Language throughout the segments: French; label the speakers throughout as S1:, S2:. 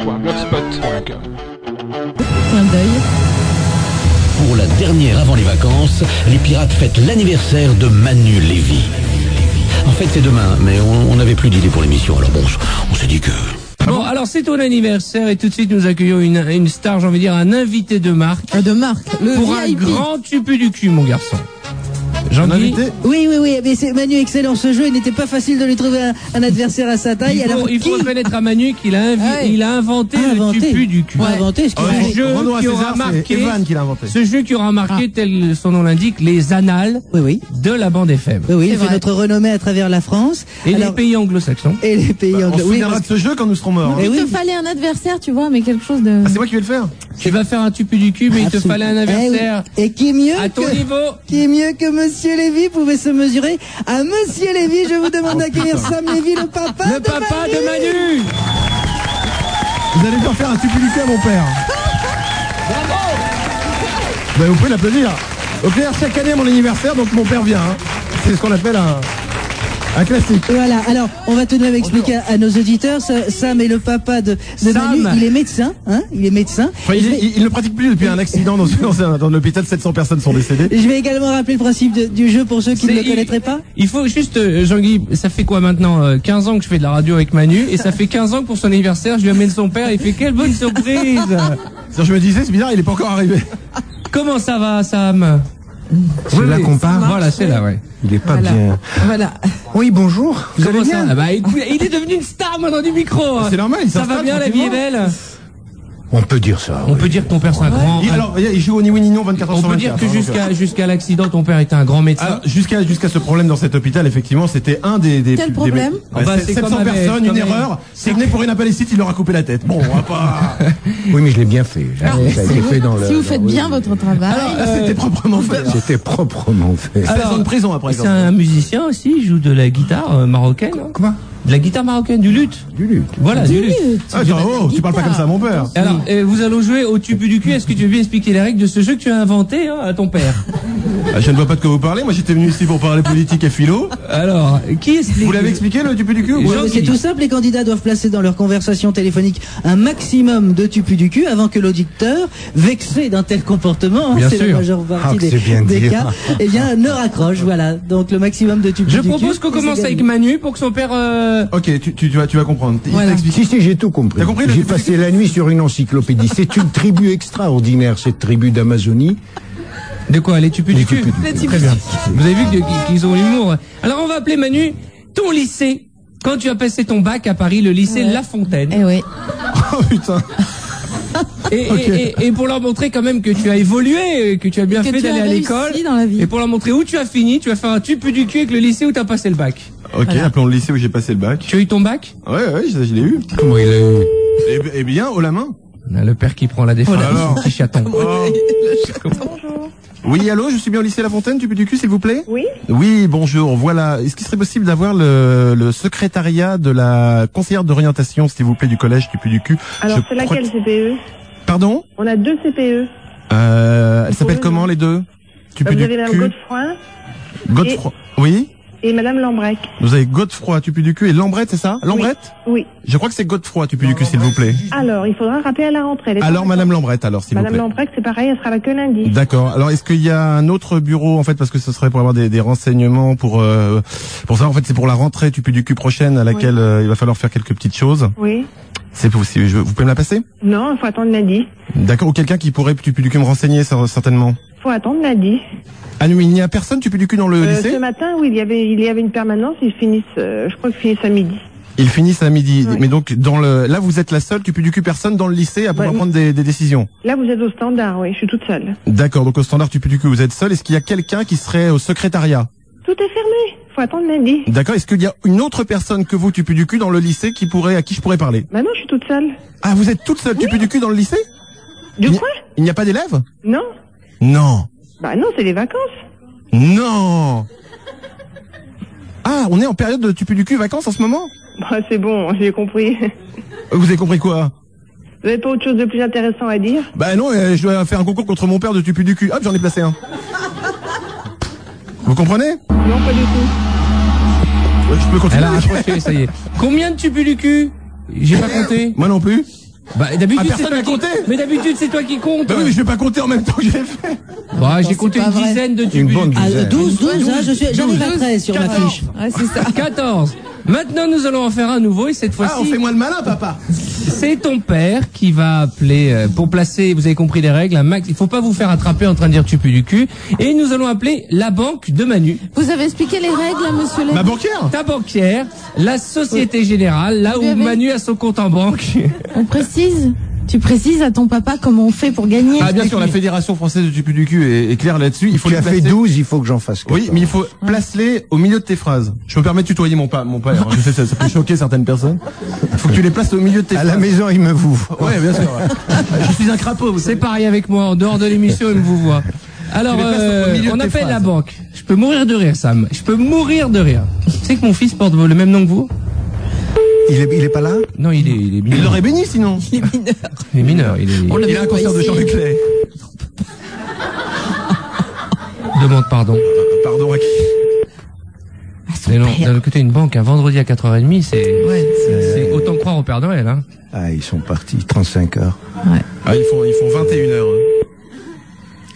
S1: Oncast.blogspot.com
S2: Point d'œil.
S3: Pour la dernière avant les vacances, les pirates fêtent l'anniversaire de Manu Lévy. En fait, c'est demain, mais on on n'avait plus d'idée pour l'émission, alors bon, on s'est dit que...
S4: Ah Bon, alors c'est ton anniversaire et tout de suite nous accueillons une, une star, j'ai envie de dire un invité de marque
S2: Euh, De marque. Le
S4: pour un
S2: VIP.
S4: grand tupu du cul, mon garçon. J'en invité
S2: Oui, oui, oui. Mais c'est Manu excellent ce jeu. Il n'était pas facile de lui trouver un, un adversaire à sa taille.
S4: il faut,
S2: alors
S4: il faut
S2: qui
S4: reconnaître à Manu qu'il a, invi-
S2: Ah ouais.
S4: il a inventé
S2: a
S4: le tupu du cul.
S2: Ouais, inventé, excusez
S4: Ce
S2: moi
S4: jeu
S5: Rendons à
S4: qui
S5: César,
S4: aura
S5: c'est
S4: marqué,
S5: Evan qui l'a inventé.
S4: ce jeu qui aura marqué,
S2: Ah.
S4: tel son nom l'indique, les annales
S2: Oui, oui.
S4: de la bande FM
S2: Oui, oui,
S6: C'est
S2: il fait
S6: vrai.
S2: notre renommée à travers la France.
S4: et
S2: Alors-
S4: les pays Bah, anglo-saxons.
S2: Et les pays
S5: On se
S2: anglais. Oui,
S5: souviendra
S2: parce-
S5: de ce jeu quand nous serons morts. hein.
S2: Eh
S6: Il
S2: oui.
S6: te fallait un adversaire, tu vois, mais quelque chose de.
S5: Ah, c'est moi qui vais le faire
S4: Tu vas faire un tupu du cul, mais il te
S2: Absolument.
S4: fallait un
S2: Eh oui. euh,
S4: adversaire
S2: Et qui mieux
S4: à ton
S2: que-
S4: niveau.
S2: Qui mieux que Monsieur Lévy pouvait se mesurer à Monsieur Lévy Je vous demande d'accueillir Sam Lévy, le papa
S4: Le
S2: de
S4: papa
S2: Manu.
S4: de Manu
S5: Vous allez devoir faire un tupulicu à mon père. Bah, vous pouvez l'applaudir. Au clair, chaque année, à mon anniversaire, donc mon père vient. hein. C'est ce qu'on appelle un, un classique.
S2: Voilà, alors on va tout de même expliquer à, à nos auditeurs, ça- Sam est le papa de, de
S4: Sam.
S2: Manu, il est médecin, hein, il est médecin.
S5: Enfin, il, il- il ne pratique plus depuis un accident dans, dans un- dans l'hôpital, 700 personnes sont décédées.
S2: Je vais également rappeler le principe de- du jeu pour ceux qui ne le
S4: C'est-
S2: connaîtraient pas.
S4: Il faut juste, euh, Jean-Guy, ça fait quoi maintenant euh, 15 ans que je fais de la radio avec Manu, et ça fait 15 ans que pour son anniversaire, je lui amène son père, il fait quelle bonne surprise
S5: C'est-à-dire, Je me disais, c'est bizarre, il n'est pas encore arrivé.
S4: Comment ça va, Sam
S5: C'est là qu'on parle.
S4: Voilà, c'est là, ouais.
S5: Il est pas bien.
S6: Voilà.
S5: Oui, bonjour. Vous
S4: Comment
S5: allez bien
S4: ça Ah bah, écoute, Il est devenu une star maintenant du micro hein.
S5: Bah, C'est normal, il
S4: Ça va
S5: s'installe
S4: bien, la vie est
S5: tranquillement.
S4: belle
S7: On peut dire ça.
S4: On peut dire que ton père c'est un grand... euh,
S5: Il- alors, il joue au ni oui ni non 24 heures
S4: On
S5: sur
S4: peut
S5: 24.
S4: dire que
S5: hein, donc, euh,
S4: jusqu'à jusqu'à l'accident, ton père était un grand médecin.
S5: Ah, jusqu'à jusqu'à ce problème dans cet hôpital, effectivement, c'était un des. des
S6: Quel
S5: des-
S6: problème
S4: Ah
S5: Bah,
S4: bah,
S5: c'est-
S4: c'est
S5: 700
S4: comme avec-
S5: personnes,
S4: comme
S5: une
S4: avec-
S5: erreur. C'est venu pour une appendicite, il leur a coupé la tête. Bon, on va pas.
S7: Oui, mais je l'ai bien fait. Ça a été fait dans le.
S6: Si vous
S7: dans-
S6: faites
S7: oui,
S6: bien votre travail.
S5: Ah,
S4: Euh,
S5: C'était proprement fait.
S7: oui. C'était proprement fait.
S5: 16 ans de prison après.
S4: C'est un musicien aussi, il joue de la guitare euh, marocaine. hein.
S7: Quoi
S4: De la guitare marocaine, du luth.
S7: Du lutte.
S4: Voilà, du luth.
S5: Ah, genre, oh, tu parles pas comme ça à mon père.
S4: Alors, euh, vous allons jouer au tupu du cul. Est-ce que tu veux bien expliquer les règles de ce jeu que tu as inventé hein, à ton père
S5: Ah, Je ne vois pas de quoi vous parlez. Moi, j'étais venu ici pour parler politique et philo.
S4: Alors, qui explique
S5: Vous l'avez expliqué le tupu du cul
S4: Jean-
S5: Ouais.
S2: Ouais, mais C'est tout simple, les candidats doivent placer dans leur conversation téléphonique un maximum de tupus du cul avant que l'auditeur, vexé d'un tel comportement, hein,
S4: Bien
S2: c'est la
S4: sûr.
S2: majeure
S7: Ah,
S2: partie
S7: que
S2: des,
S7: c'est bien
S2: des
S7: dit.
S2: cas, eh bien, ne raccroche, voilà. Donc le maximum de tupus
S4: Je
S2: du cul.
S4: propose qu'on
S2: et c'est
S4: commence avec
S2: gagné.
S4: Manu pour que son père. euh,
S5: Ok, tu, tu, tu vas, tu vas comprendre. Il
S6: Voilà.
S5: t'a expliqué.
S7: Si, si, j'ai tout compris.
S5: T'as compris, le
S7: J'ai
S5: tupu du
S7: passé la nuit sur une encyclopédie. C'est une tribu extraordinaire, cette tribu d'Amazonie.
S4: De quoi Les tupus du
S7: Les
S4: cul.
S7: tupus du
S4: Très bien. Vous avez vu que- qu'ils ont l'humour. Alors, on va appeler Manu ton lycée. Quand tu as passé ton bac à Paris, le lycée La Fontaine.
S6: Eh oui.
S5: Oh putain.
S4: Et, et- et- et pour leur montrer quand même que tu as évolué, euh, que tu as bien
S6: que
S4: fait
S6: tu as
S4: d'aller à
S6: réussi
S4: l'école.
S6: dans la vie.
S4: Et pour leur montrer où tu as fini, tu vas faire un tupu du cul avec le lycée où tu as passé le bac.
S5: Ok, appelons le lycée où j'ai passé le bac.
S4: Tu as eu ton bac
S5: Ouais, ouais, je, je l'ai eu.
S7: Comment il est
S5: Eh b- Eh bien, haut la main.
S4: Le père qui prend la défense.
S5: alors.
S4: Petit chaton.
S5: Oh. Oui, allô, je suis bien au lycée La Fontaine, du du cul, s'il vous plaît Oui. Oui, bonjour, voilà. Est-ce qu'il serait possible d'avoir le, le secrétariat de la conseillère d'orientation, s'il vous plaît, du collège du du cul
S8: Alors,
S5: Je
S8: c'est
S5: crois
S8: laquelle
S5: que-
S8: CPE
S5: Pardon
S8: On a deux CPE.
S5: euh, Elle
S8: Oui.
S5: s'appelle
S8: Bah,
S5: comment, les deux Tu
S8: Vous avez Madame Godefroy
S5: Godefroy. Oui
S8: et Madame Lambrec.
S5: Vous avez Godefroy, tu du cul, et Lambrette, c'est ça Lambrette
S8: Oui.
S5: Je crois que c'est Godefroy, tu du cul, s'il vous plaît.
S8: Alors, il faudra rappeler à la rentrée. Les
S5: Alors,
S8: professeurs-
S5: Madame Lambrette, alors, s'il vous
S8: Madame
S5: plaît.
S8: Lambrec, c'est pareil, elle sera là que lundi.
S5: D'accord. Alors, est-ce qu'il y a un autre bureau en fait parce que ce serait pour avoir des, des renseignements pour euh, pour ça en fait c'est pour la rentrée du du cul prochaine à laquelle euh, il va falloir faire quelques petites choses.
S8: Oui.
S5: C'est possible. Je, vous pouvez me la passer
S8: Non, il faut attendre lundi.
S5: D'accord. Ou quelqu'un qui pourrait du du cul me renseigner cer- certainement.
S8: Il faut attendre lundi.
S5: Ah non, mais il n'y a personne du du cul dans le
S8: Euh,
S5: lycée.
S8: ce matin, oui, il y avait, il y avait une permanence. Ils finissent, euh, je crois qu'ils finissent à midi.
S5: Ils finissent à midi.
S8: Ouais.
S5: Mais donc dans le là vous êtes la seule du du cul personne dans le lycée à pouvoir
S8: Ouais.
S5: prendre des, des décisions.
S8: Là, vous êtes au standard, oui. Je suis toute seule.
S5: D'accord. Donc au standard du du cul vous êtes seule. Est-ce qu'il y a quelqu'un qui serait au secrétariat
S8: Tout est fermé. Il faut attendre lundi.
S5: D'accord. Est-ce qu'il y a une autre personne que vous du du cul dans le lycée qui pourrait à qui je pourrais parler
S8: Bah non, je suis toute seule.
S5: Ah, vous êtes toute seule, tu peux du cul dans le lycée
S8: De
S5: Il n'y-
S8: quoi
S5: Il n'y a pas d'élèves
S8: Non.
S5: Non.
S8: Bah non, c'est les vacances.
S5: Non Ah, on est en période de tu peux du cul vacances en ce moment
S8: Bah c'est bon, j'ai compris.
S5: Euh, Vous avez compris quoi
S8: Vous n'avez pas autre chose de plus intéressant à dire
S5: Bah non, euh, je dois faire un concours contre mon père de tu peux du cul. Hop, j'en ai placé un. Vous comprenez
S8: Non, pas du tout.
S5: Je peux continuer
S4: Elle a raccroché, ça y est. Combien de tupus du cul J'ai pas compté.
S5: Moi non plus.
S4: Bah, d'habitude,
S5: Ah,
S4: c'est
S5: personne
S4: toi
S5: n'a
S4: qui...
S5: compté
S4: Mais d'habitude, c'est toi qui compte. hein.
S5: Bah oui, mais je vais pas compter en même temps que j'ai fait.
S4: Bah, j'ai
S6: c'est
S4: compté
S6: pas
S4: une
S6: vrai.
S4: dizaine de tubes.
S5: bonne
S2: Ah,
S5: dizaine.
S2: 12, 12, hein, je suis, j'arrive à
S4: 12,
S2: 13 sur ma
S5: 14.
S2: fiche.
S6: Ouais, c'est ça.
S4: 14. Maintenant, nous allons en faire un nouveau et cette
S5: Ah, on
S4: fois-ci,
S5: fait moins le malin, papa.
S4: c'est ton père qui va appeler euh, pour placer, vous avez compris les règles, un max. Il faut pas vous faire attraper en train de dire tu pues du cul. Et nous allons appeler la banque de Manu.
S6: Vous avez expliqué les règles, à monsieur Lé
S4: Bah,
S5: Ma banquière
S4: Ta banquière, la Société Générale, là
S6: Vous
S4: où
S6: avez-
S4: Manu a son compte en banque.
S6: On précise Tu précises à ton papa comment on fait pour gagner
S4: Bah,
S5: Ah, bien sûr, la Fédération Française de Tupu du cul est, est claire là-dessus. Il faut
S7: Tu as
S5: les
S7: fait
S5: placer.
S7: 12, il faut que j'en fasse 14.
S5: Oui, mais il faut placer-les au milieu de tes phrases. Je me permets de tutoyer mon, pa mon père. hein. Je sais, ça, ça peut choquer certaines personnes. Il faut que tu les places au milieu de tes
S7: À
S5: phrases.
S7: la maison, il me vous.
S5: Ouais, bien sûr. ouais. Je suis un crapaud, vous
S4: C'est
S5: savez.
S4: pareil avec moi, en dehors de l'émission, il me vous voit. Alors,
S5: Tu les places au
S4: euh,
S5: milieu de
S4: on
S5: tes
S4: appelle
S5: phrases.
S4: la banque. Je peux mourir de rire, Sam. Je peux mourir de rire. Tu sais que mon fils porte le même nom que vous
S7: Il est, il est pas là
S4: Non, il est, il est
S5: Il
S4: mineur.
S5: l'aurait béni sinon.
S4: Il est mineur. Il est...
S5: Il a un concert de Jean-Luc Lay.
S4: Demande pardon.
S5: Pardon à qui
S4: Mais non, d'un autre côté, une banque, un vendredi à 4h30, c'est, c'est autant croire au Père Noël, hein.
S7: Ah, ils sont partis, 35 heures.
S5: Ah, ils font, ils font 21 heures. hein. eux.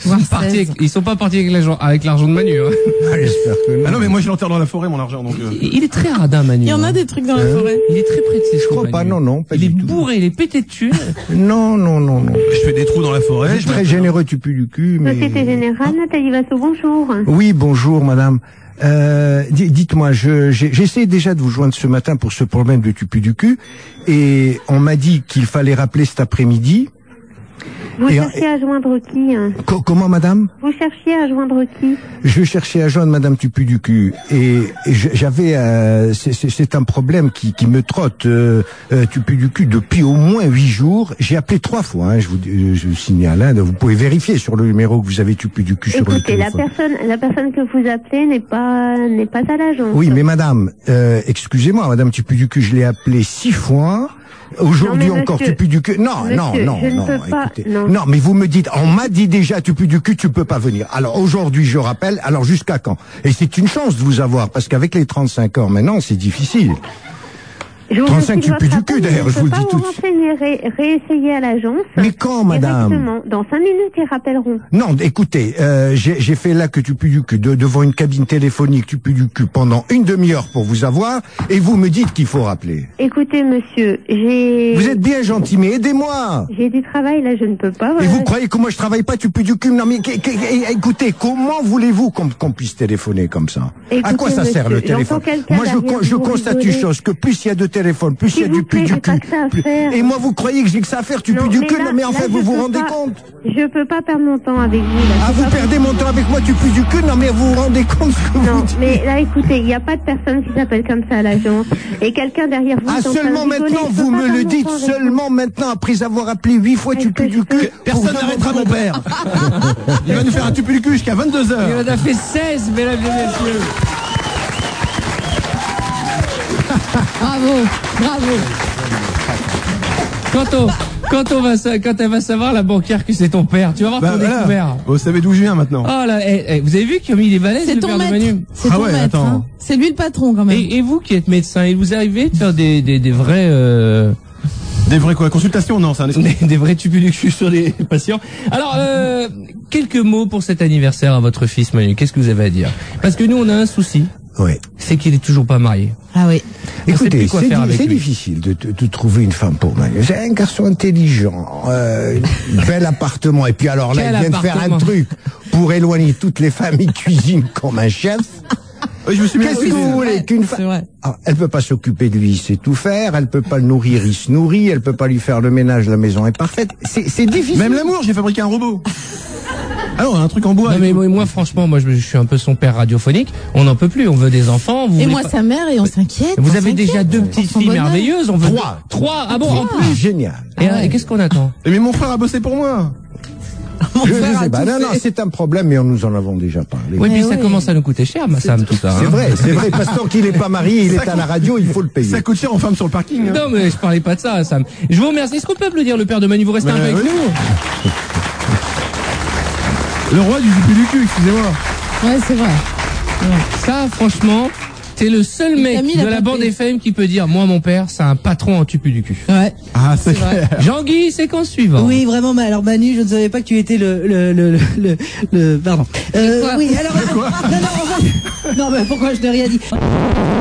S6: Voir
S4: Partis
S6: 16.
S4: avec- ils sont pas partis avec l'argent, avec l'argent de Manu, hein.
S7: Ah, j'espère que non.
S5: Ah non, mais moi je l'enterre dans la forêt, mon argent. Donc, euh.
S4: Il est très radin, Manu.
S6: Il y en a
S4: hein.
S6: des trucs dans la forêt.
S4: Il est très près de ses Je
S7: crois pas, non, non, pas
S4: Il
S7: du
S4: est
S7: tout.
S4: bourré, il est pété de thunes.
S7: Non, non, non, non.
S5: Je fais des trous dans la forêt. Je
S7: Très généreux, tu pues du cul,
S9: Société
S7: mais...
S9: Générale, Nathalie Vassou, bonjour.
S7: Oui, bonjour, madame. Euh, di- Dites-moi, je- j'ai- j'essayais déjà de vous joindre ce matin pour ce problème de tu pues du cul, et on m'a dit qu'il fallait rappeler cet après-midi.
S9: Vous
S7: Et-
S9: cherchiez à joindre qui hein
S7: Co- comment, madame
S9: Vous cherchiez à joindre qui
S7: Je cherchais à joindre Madame Tupu du cul et, et je- j'avais euh, c'est- c'est c'est un problème qui, qui me trotte euh, euh, Tupu du cul depuis au moins huit jours. J'ai appelé trois fois, hein, je vous euh, je vous signale. hein, vous pouvez vérifier sur le numéro que vous avez Tupu du cul sur le
S9: Écoutez, la
S7: téléphone.
S9: personne, la personne que vous appelez n'est pas, n'est pas à l'agence.
S7: oui, mais Madame, euh, excusez-moi, Madame Tupu du cul, je l'ai appelé six fois. Aujourd'hui
S9: Non, mais
S7: encore,
S9: monsieur-
S7: Tupu du cul. Non,
S9: monsieur,
S7: non, non,
S9: je ne
S7: non.
S9: peux pas-
S7: écoutez.
S9: non.
S7: mais vous me dites, on m'a dit déjà, tu pues du cul, tu peux pas venir. Alors aujourd'hui, je rappelle, alors jusqu'à quand Et c'est une chance de vous avoir, parce qu'avec les 35 ans maintenant, c'est difficile.
S9: Je vous
S7: 35
S9: file votre
S7: du cul,
S9: appel,
S7: d'ailleurs, je vous le dis tout
S9: Je ne
S7: de
S9: peux
S7: suite.
S9: pas vous renseigner, ré- réessayez à l'agence.
S7: Mais quand, madame
S9: Directement. Dans cinq minutes, ils rappelleront.
S7: Non, écoutez, euh, j'ai j'ai fait là que tu pues du cul, de- devant une cabine téléphonique, tu pues du cul pendant une demi-heure pour vous avoir, et vous me dites qu'il faut rappeler.
S9: Écoutez, monsieur, j'ai...
S7: Vous êtes bien gentil, mais aidez-moi
S9: J'ai du travail, là, je ne peux pas.
S7: Et
S9: voilà.
S7: vous croyez que moi je travaille pas, tu pues du cul Non mais qu'é- qu'é- qu'é- eh, écoutez, comment voulez-vous qu'on qu'on puisse téléphoner comme ça À
S9: Écoutez,
S7: quoi ça sert
S9: monsieur,
S7: le téléphone
S9: j'entends quelqu'un
S7: Moi je,
S9: derrière
S7: con- je
S9: vous
S7: constate
S9: rigoler.
S7: une chose, que plus il y a de téléphones, plus il y a
S9: S'il
S7: du
S9: vous
S7: plus
S9: plaît,
S7: du
S9: j'ai pas
S7: cul.
S9: que ça à
S7: plus-
S9: faire.
S7: Et moi vous croyez que j'ai que ça à faire, tu pues du
S9: mais
S7: cul
S9: là-
S7: Non mais enfin
S9: là,
S7: vous
S9: je
S7: vous
S9: peux
S7: rendez
S9: pas-
S7: compte
S9: Je peux pas perdre mon temps avec vous, là.
S7: Ah vous perdez mon temps avec moi, tu pues du cul Non mais vous vous rendez compte ce que vous
S9: Non,
S7: dites
S9: mais là, écoutez, il n'y a pas de personne qui s'appelle comme ça à l'agence. Et quelqu'un derrière vous.
S7: Ah
S9: est en train de
S7: seulement
S9: rigoler,
S7: maintenant,
S9: je peux
S7: vous
S9: pas
S7: me
S9: perdre
S7: le
S9: mon
S7: dites,
S9: temps avec
S7: seulement maintenant, après avoir appelé huit fois
S9: Est-ce
S7: tu
S9: que
S7: pues
S9: je
S7: du
S9: peux-
S7: cul.
S5: Personne n'arrêtera mon père. Il va nous faire un tupu du cul jusqu'à 22
S4: Il
S5: heures.
S4: en a fait 16, mesdames et messieurs.
S6: Bravo, bravo.
S4: Quand on, quand on va, sa- quand elle va savoir la banquière que c'est ton père, tu vas voir
S5: Bah,
S4: ton
S5: voilà.
S4: découvert.
S5: Vous savez d'où je viens maintenant.
S4: Oh là, eh, eh, vous avez vu qu'ils ont mis les balaises
S6: C'est
S4: le
S6: ton
S4: père de
S6: maître.
S4: Manu
S6: C'est
S5: Ah
S6: ton
S5: ouais,
S6: maître.
S5: attends.
S6: hein. C'est lui le patron quand même.
S4: et, et vous qui êtes médecin, il vous arrivez de faire des, des, des vrais euh,
S5: Des vrais quoi Consultation Non, c'est un esprit.
S4: des, des vrais tubus du cul sur les patients. Alors euh, quelques mots pour cet anniversaire à votre fils Manu. Qu'est-ce que vous avez à dire Parce que nous on a un souci,
S7: Ouais.
S4: c'est qu'il est toujours pas marié.
S6: Ah oui.
S4: On sait
S7: Écoutez,
S4: plus quoi
S7: c'est
S4: faire
S7: di-
S4: avec
S7: c'est
S4: lui.
S7: difficile de, de- de trouver une femme pour moi. J'ai un garçon intelligent, euh, bel appartement, et puis alors là,
S4: Quel
S7: il vient de faire un
S4: appartement
S7: truc pour éloigner toutes les femmes. Il cuisine comme un chef.
S5: Oui, je me suis mis à
S7: Qu'est-ce que
S5: cuisiner.
S7: vous voulez qu'une
S6: C'est
S7: femme
S6: vrai.
S7: Ah, Elle peut pas s'occuper de lui, il sait tout faire. Elle peut pas le nourrir, il se nourrit. Elle peut pas lui faire le ménage, la maison est parfaite. C'est c'est difficile.
S5: Même l'amour, j'ai fabriqué un robot. Ah non, un truc en bois.
S4: Non mais moi, moi, franchement, moi je, je suis un peu son père radiophonique. On n'en peut plus, on veut des enfants. Vous
S6: Et
S4: voulez
S6: moi,
S4: pas-
S6: sa mère, et on s'inquiète.
S4: Vous
S6: on
S4: avez déjà
S6: s'inquiète
S4: deux
S6: pour
S4: petites
S6: son
S4: filles
S6: bonheur.
S4: merveilleuses. On veut
S7: Trois. Ah
S4: Trois. Ah bon. en plus.
S7: Génial.
S4: Et, euh, et qu'est-ce qu'on attend
S5: Et mais mon frère a bossé pour moi.
S7: Je, je
S6: frère a
S7: sais pas.
S6: tout
S7: Non, non,
S6: fait.
S7: c'est un problème, mais on nous en avons déjà parlé.
S4: Oui, puis ça
S6: ouais.
S4: commence à nous coûter cher, ma Sam, tout ça.
S7: C'est
S4: hein.
S7: vrai, c'est vrai. Parce que tant qu'il est pas marié, il est à la radio, il faut le payer.
S5: Ça coûte cher en femme sur le parking. hein.
S4: Non, mais je parlais pas de ça, Sam. Je vous remercie. Est-ce qu'on peut applaudir le père de Manu Vous restez un
S5: Mais
S4: peu avec
S5: oui.
S4: nous
S5: Le roi du tupu du cul, excusez-moi.
S6: Ouais, c'est vrai.
S4: Ça, franchement,
S10: C'est le seul mec
S11: mis
S10: de
S11: la
S10: la bande
S11: papée.
S10: FM qui peut dire Moi, mon père, c'est un patron en tupu du cul.
S2: Ouais.
S5: Ah, c'est clair.
S10: Jean-Guy, séquence suivante.
S2: Oui, vraiment. Mais alors, Manu, je ne savais pas que tu étais le le le le, le- le- pardon. Euh,
S11: quoi
S2: oui. Alors, non, non, on va- non, mais pourquoi je n'ai rien dit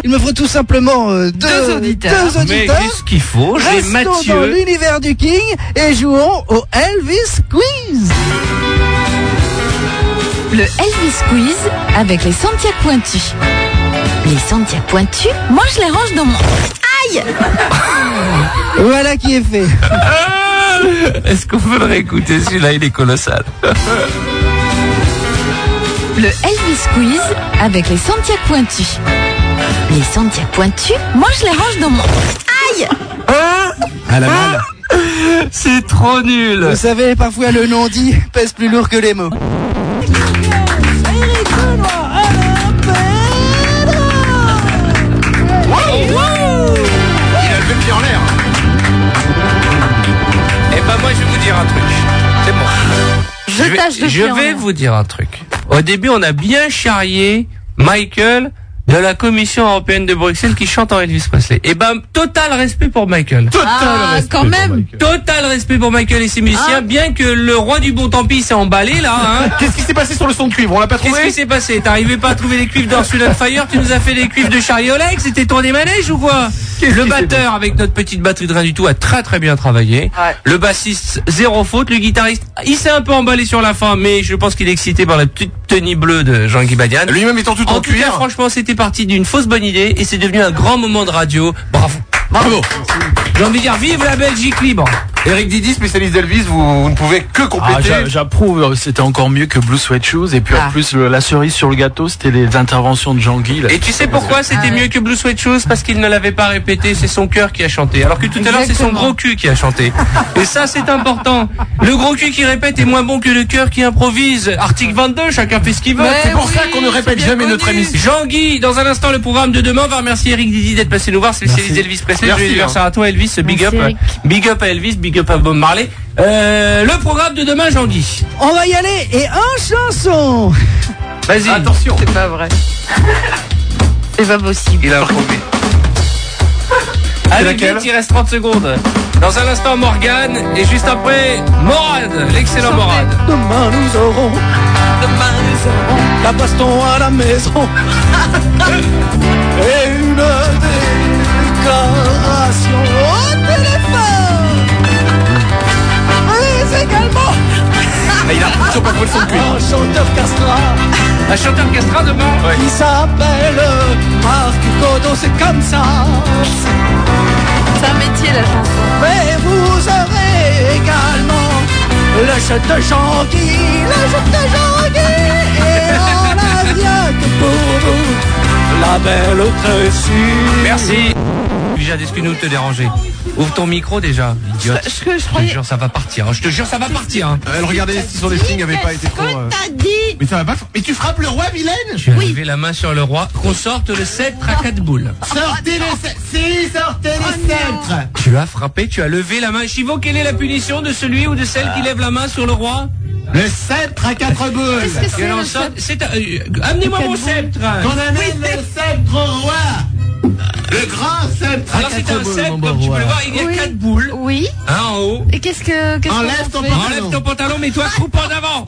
S12: Il me faut tout simplement euh, deux,
S6: Deux auditeurs.
S12: deux auditeurs.
S4: qu'il faut
S12: Restons dans l'univers du King et jouons au Elvis Quiz.
S6: Le Elvis Quiz avec les Santiago Pointus. Les Santiago Pointus, moi je les range dans mon. Aïe
S12: Voilà qui est fait.
S4: Ah, Est-ce qu'on peut le réécouter Celui-là, il est colossal.
S6: Le Elvis Quiz avec les Santiago Pointus. Les Santiago Pointus, moi je les range dans mon. Aïe
S13: À la malle.
S4: C'est trop nul.
S12: Vous savez, parfois le nom dit pèse plus lourd que les mots.
S4: Il a le pied en l'air. Eh ben moi je vais vous dire un truc. C'est bon.
S6: Je
S4: vais,
S6: tâche de
S4: je
S6: faire,
S4: vais
S6: moi.
S4: vous dire un truc. Au début on a bien charrié Michael de la Commission européenne de Bruxelles qui chante en Elvis Presley. Eh ben total respect pour Michael.
S5: Total
S11: Ah,
S5: respect
S11: quand
S5: pour
S11: même.
S5: Michael.
S4: Total respect pour Michael et ses musiciens, bien que le roi du bon tant pis s'est emballé là. Hein.
S5: Qu'est-ce qui s'est passé sur le son de cuivre On l'a pas trouvé
S4: Qu'est-ce qui s'est passé T'arrivais pas à trouver les cuivres d'Ursula Fire Tu nous as fait les cuivres de Charlie Oleg C'était tourné manège ou quoi Le batteur avec notre petite batterie de rien du tout a très très bien travaillé.
S12: Ouais.
S4: Le bassiste zéro faute. Le guitariste il s'est un peu emballé sur la fin, mais je pense qu'il est excité par la petite tenue bleue de Jean-Guy Badian.
S5: Lui-même étant tout
S4: En
S5: en,
S4: tout cas,
S5: cuir.
S4: franchement, c'était parti d'une fausse bonne idée et c'est devenu un grand moment de radio. Bravo.
S5: Bravo.
S4: J'ai envie de dire vive la Belgique libre.
S5: Eric Didi, spécialiste d'Elvis, vous, vous ne pouvez que
S14: Ah,
S5: compléter.
S14: j'a- J'approuve, c'était encore mieux que Blue Sweat Shoes. Et puis
S4: Ah.
S14: en plus, le- la cerise sur le gâteau, c'était les interventions de Jean-Guy. là.
S4: Et tu sais pourquoi c'était mieux que Blue Sweat Shoes Parce qu'il ne l'avait pas répété, c'est son cœur qui a chanté. Alors que tout à l'heure, c'est son gros cul qui a chanté. Et ça, c'est important. Le gros cul qui répète est moins bon que le cœur qui improvise. Article 22, chacun fait ce qu'il veut.
S5: C'est pour ça qu'on ne répète jamais notre émission.
S4: Jean-Guy, dans un instant, le programme de demain va remercier Eric Didi d'être passé nous voir. C'est spécialiste Elvis Presley.
S5: Merci,
S4: Joyeux anniversaire à toi, Elvis. Big up. Big up à Elvis, big up à Bob Marley. Euh, le programme de demain, Jean-Guy.
S12: On va y aller et en chanson.
S4: Vas-y.
S5: Attention.
S6: C'est pas vrai. C'est pas possible.
S4: Il a imprimé. Avec
S5: laquelle
S4: Bit, il reste 30 secondes. Dans un instant, Morgane. Et juste après, Morad. L'excellent Morad.
S12: Demain nous aurons, demain nous aurons la baston à la maison et une déclaration au téléphone. Mais également
S5: Ah, il a toujours pas trouvé le son de cuivre.
S12: un chanteur castrat
S4: Un chanteur castrat demain
S12: qui s'appelle Marc Godot, c'est comme ça.
S6: C'est un métier la chanson.
S12: Mais vous aurez également le jeu de Jean-Guy, le jeu de Jean-Guy. Et on a rien que pour vous, la belle Précieuse.
S4: Merci. Déjà, excuse-nous de te déranger. Ouvre ton micro déjà, idiote. Je, te jure, ça va partir. hein. Je te jure, ça va partir. hein.
S5: Euh, regardez si son lifting avait pas été trop. euh,
S15: dit
S5: Mais ça va pas. Mais tu frappes le roi, Vilaine
S4: Je vais lever la main sur le roi. Qu'on sorte le 7 tracas de boule.
S5: Sortez les sceptres Si, sortez les sceptres
S4: Tu as frappé, tu as levé la main. Chivot, quelle est la punition de celui ou de celle qui lève la main sur le roi
S5: Le sceptre à quatre boules
S4: Que l'on sorte- c'est un- euh, Amenez-moi mon sceptre
S5: Qu'on amène le sceptre au roi Le grand sceptre
S4: Alors
S5: à
S4: c'est
S5: quatre
S4: un
S5: boules,
S4: sceptre,
S5: mon
S4: comme
S5: beau
S4: tu peux
S5: roi.
S4: le voir, il y a
S6: Oui.
S4: quatre boules.
S6: Oui.
S4: Un en haut.
S6: Et qu'est-ce que. qu'est-ce
S5: Enlève
S6: qu'on
S5: ton
S6: fait
S5: pantalon
S4: Enlève ton pantalon, mets-toi croupe en avant.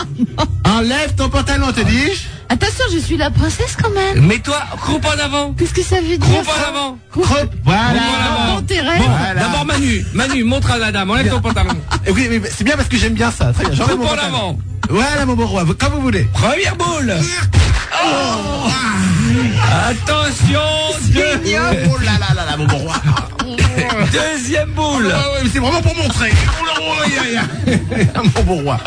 S5: Enlève ton pantalon, te dis-je
S6: Attention, je suis la princesse quand même.
S4: Mets-toi croupe en avant.
S6: Qu'est-ce que ça veut dire
S4: Croupe en avant.
S5: Crop Voilà
S4: Voilà.
S6: Mon terrain.
S4: Bon,
S5: Voilà.
S4: D'abord Manu. Manu, montre à la dame. Enlève ton pantalon.
S5: Eh Oui, mais c'est bien parce que j'aime bien ça. Très bien, j'enlève
S4: Croupe
S5: mon
S4: en
S5: pantalon.
S4: avant.
S5: Voilà, mon beau roi, comme vous voulez.
S4: Première boule. Oh. Attention. deux-
S5: Oh là là là là, mon beau roi
S4: Deuxième boule.
S5: Ah ouais, mais c'est vraiment pour montrer. Oh le roi, aïe, aïe, aïe. Mon bon roi.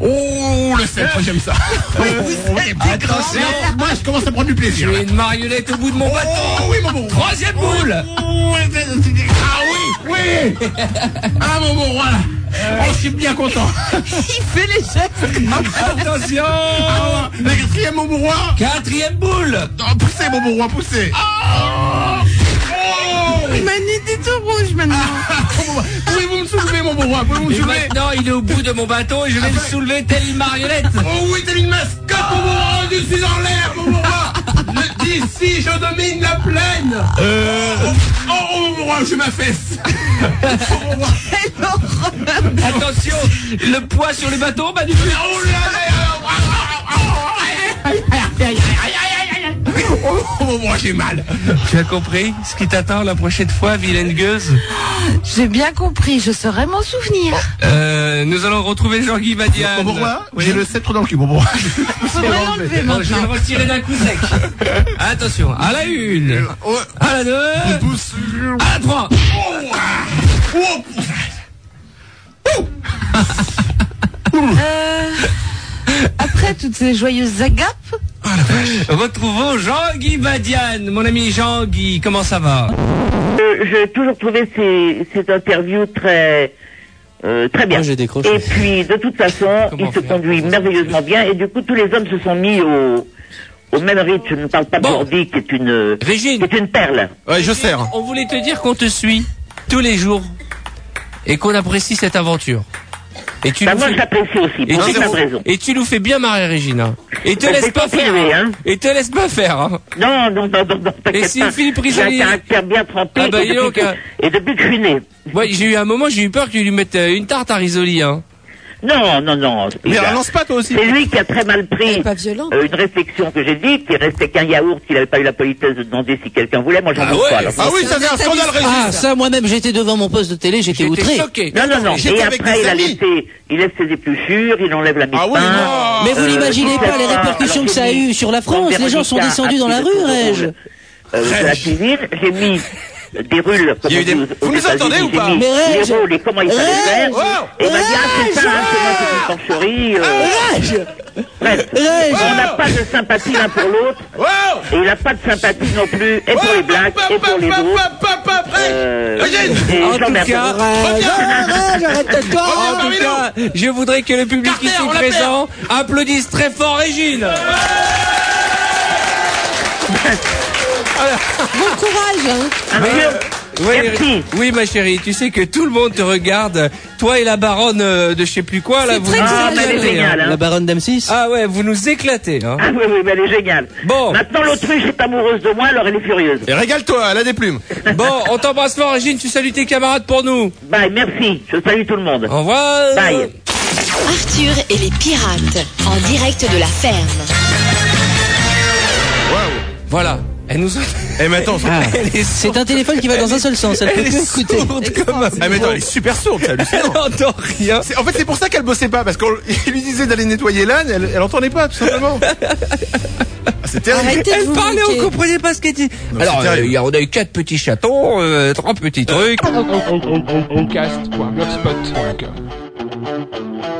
S5: Oh le sceptre, j'aime ça. Attention, moi je commence à prendre du plaisir.
S4: J'ai une marionnette au bout de mon
S5: Oh
S4: bâton.
S5: oui, mon bon roi.
S4: Troisième boule.
S5: Oh, Ah oui, oui. Ah mon bon roi. Oh, je suis bien content.
S4: Attention.
S5: Ah, La quatrième, mon bon roi.
S4: Quatrième boule.
S5: Oh, poussez, mon bon roi, poussez. Ah. Oh.
S12: Manu, t'es tout rouge maintenant.
S5: Ah, Pouvez-vous me soulever, mon bon roi Pouvez-vous me
S4: Et
S5: soulever
S4: maintenant, il est au bout de mon bâton et je vais le soulever telle une marionnette.
S5: Oh oui, t'es une mascotte, mon bon roi, je suis en l'air, mon bon roi. Le
S16: Ici, je domine la plaine.
S17: Euh.
S16: Oh, oh, oh, oh, je m'affaisse.
S4: Attention, le poids sur les bâtons, bah du coup.
S16: Oh là là. Oh, oh, oh, j'ai mal.
S4: Tu as compris ce qui t'attend la prochaine fois, vilaine gueuse
S6: J'ai bien compris, je saurai m'en souvenir.
S4: Euh, nous allons retrouver Jean-Guy Badian.
S5: Bon, bon, moi, j'ai le sceptre dans le cul. Bon, bon.
S6: Faut pas l'enlever
S4: Non, je vais le
S6: maintenant.
S4: retirer d'un coup sec. Attention, à la une, à la deux, à la trois.
S5: Oh,
S4: Oh.
S6: Euh, après toutes ces joyeuses agapes,
S5: Ah,
S4: Retrouvons Jean-Guy Badian. Mon ami Jean-Guy, comment ça va
S18: Je- J'ai toujours trouvé ces, ces interviews très, euh, très bien.
S2: Moi, j'ai décroché.
S18: Et puis, de toute façon, il se conduit merveilleusement bien. Et du coup, tous les hommes se sont mis au, au même rythme. Je ne parle pas d'ordi, qui est une, qui est une perle.
S5: Ouais, je sers.
S4: On voulait te dire qu'on te suit tous les jours et qu'on apprécie cette aventure. Et tu
S18: Bah,
S4: nous
S18: moi,
S4: fais-
S18: je l'apprécie aussi,
S4: Et
S18: pour
S4: tu,
S18: cette
S4: nous-
S18: raison.
S4: et tu nous fais bien marrer, Régina. Et te
S18: Bah,
S4: laisse
S18: c'est
S4: pas
S18: gentil,
S4: faire.
S18: oui,
S4: hein. Et te laisse pas faire. hein.
S18: Non, non, non, non, non
S4: Et
S18: t'inquiète
S4: si
S18: pas.
S4: Philippe
S18: J'ai
S4: Risoli-
S18: un caractère bien trempé.
S4: Ah bah,
S18: et,
S4: dis donc,
S18: depuis,
S4: hein.
S18: et depuis que je suis né.
S4: Ouais, j'ai eu un moment, j'ai eu peur que tu lui mettes euh, une tarte à risoli. Hein.
S18: Non, non, non.
S4: Mais
S18: Il a-
S4: relance pas, toi aussi.
S18: C'est lui qui a très mal pris euh, une réflexion que j'ai dit, qui restait qu'un yaourt, il n'avait pas eu la politesse de demander si quelqu'un voulait. Moi, j'en
S4: Ah
S18: veux pas. alors.
S2: Ah, ça, moi-même, j'étais devant mon poste de télé, j'étais outré.
S18: Non, non, non. Et après, il a laissé, il laisse ses épluchures, il enlève la
S5: Ah
S18: mie
S2: Mais vous n'imaginez pas les répercussions Euh, que ça a eu sur la France. Les gens sont descendus dans la rue, Reg.
S18: de la cuisine, j'ai mis des rules. comme on dit euh, aux- aux
S2: Vous nous
S18: États-Unis,
S2: entendez
S18: j'ai
S2: ou pas
S18: mis
S2: Mais Reg
S18: Les rôles et comment
S9: Eh,
S19: Eh,
S18: il fallait faire.
S2: Reg
S18: Et il m'a dit, ah, c'est ça, hein, c'est moi qui fais une torcherie, euh, Bref, on n'a pas de sympathie l'un pour l'autre. Et il n'a pas de sympathie non plus, et pour les blacks, et pour les autres. Euh, et
S4: En tout
S18: j'emmerde.
S4: cas,
S19: eh,
S4: En
S19: Oh,
S4: tout cas, je voudrais que le public ici présent applaudisse très fort Régine.
S17: Bon courage.
S4: Oui, oui, oui, ma chérie, tu sais que tout le monde te regarde. Toi et la baronne euh, de je sais plus quoi, là, vous
S18: très
S4: nous
S18: courageux. Ah, mais elle est
S4: éclatez.
S18: géniale, hein. La
S4: baronne d'M6 Ah ouais, vous nous éclatez. Hein.
S18: Ah oui, oui, mais elle est géniale.
S4: Bon.
S18: Maintenant, l'autruche est amoureuse de moi, alors elle est furieuse.
S5: Et régale-toi, elle a des plumes.
S4: Bon, on t'embrasse fort, Régine. Tu salues tes camarades pour nous.
S18: Bye, merci. Je salue tout le monde.
S4: Au revoir.
S18: Bye.
S9: Arthur et les pirates, en direct de la ferme.
S4: Voilà. Elle nous.
S5: Et maintenant,
S19: Ah.
S4: Elle est sourde.
S19: C'est un téléphone qui va dans un seul sens, elle peut
S4: est
S19: plus écouter.
S4: sourde comme un
S5: Ah mais attends, elle est super sourde, c'est hallucinant.
S4: elle entend rien.
S5: En fait, c'est pour ça qu'elle bossait pas, parce qu'on il lui disait d'aller nettoyer l'âne, elle, elle entendait pas, tout simplement. Ah, c'est terrible.
S4: elle parlait, on comprenait pas ce qu'elle dit.
S5: Non,
S4: Alors,
S5: c'est terrible.
S4: euh, il y a- on a eu quatre petits chatons, euh, 30 petits trucs.
S20: Cast.blogspot.com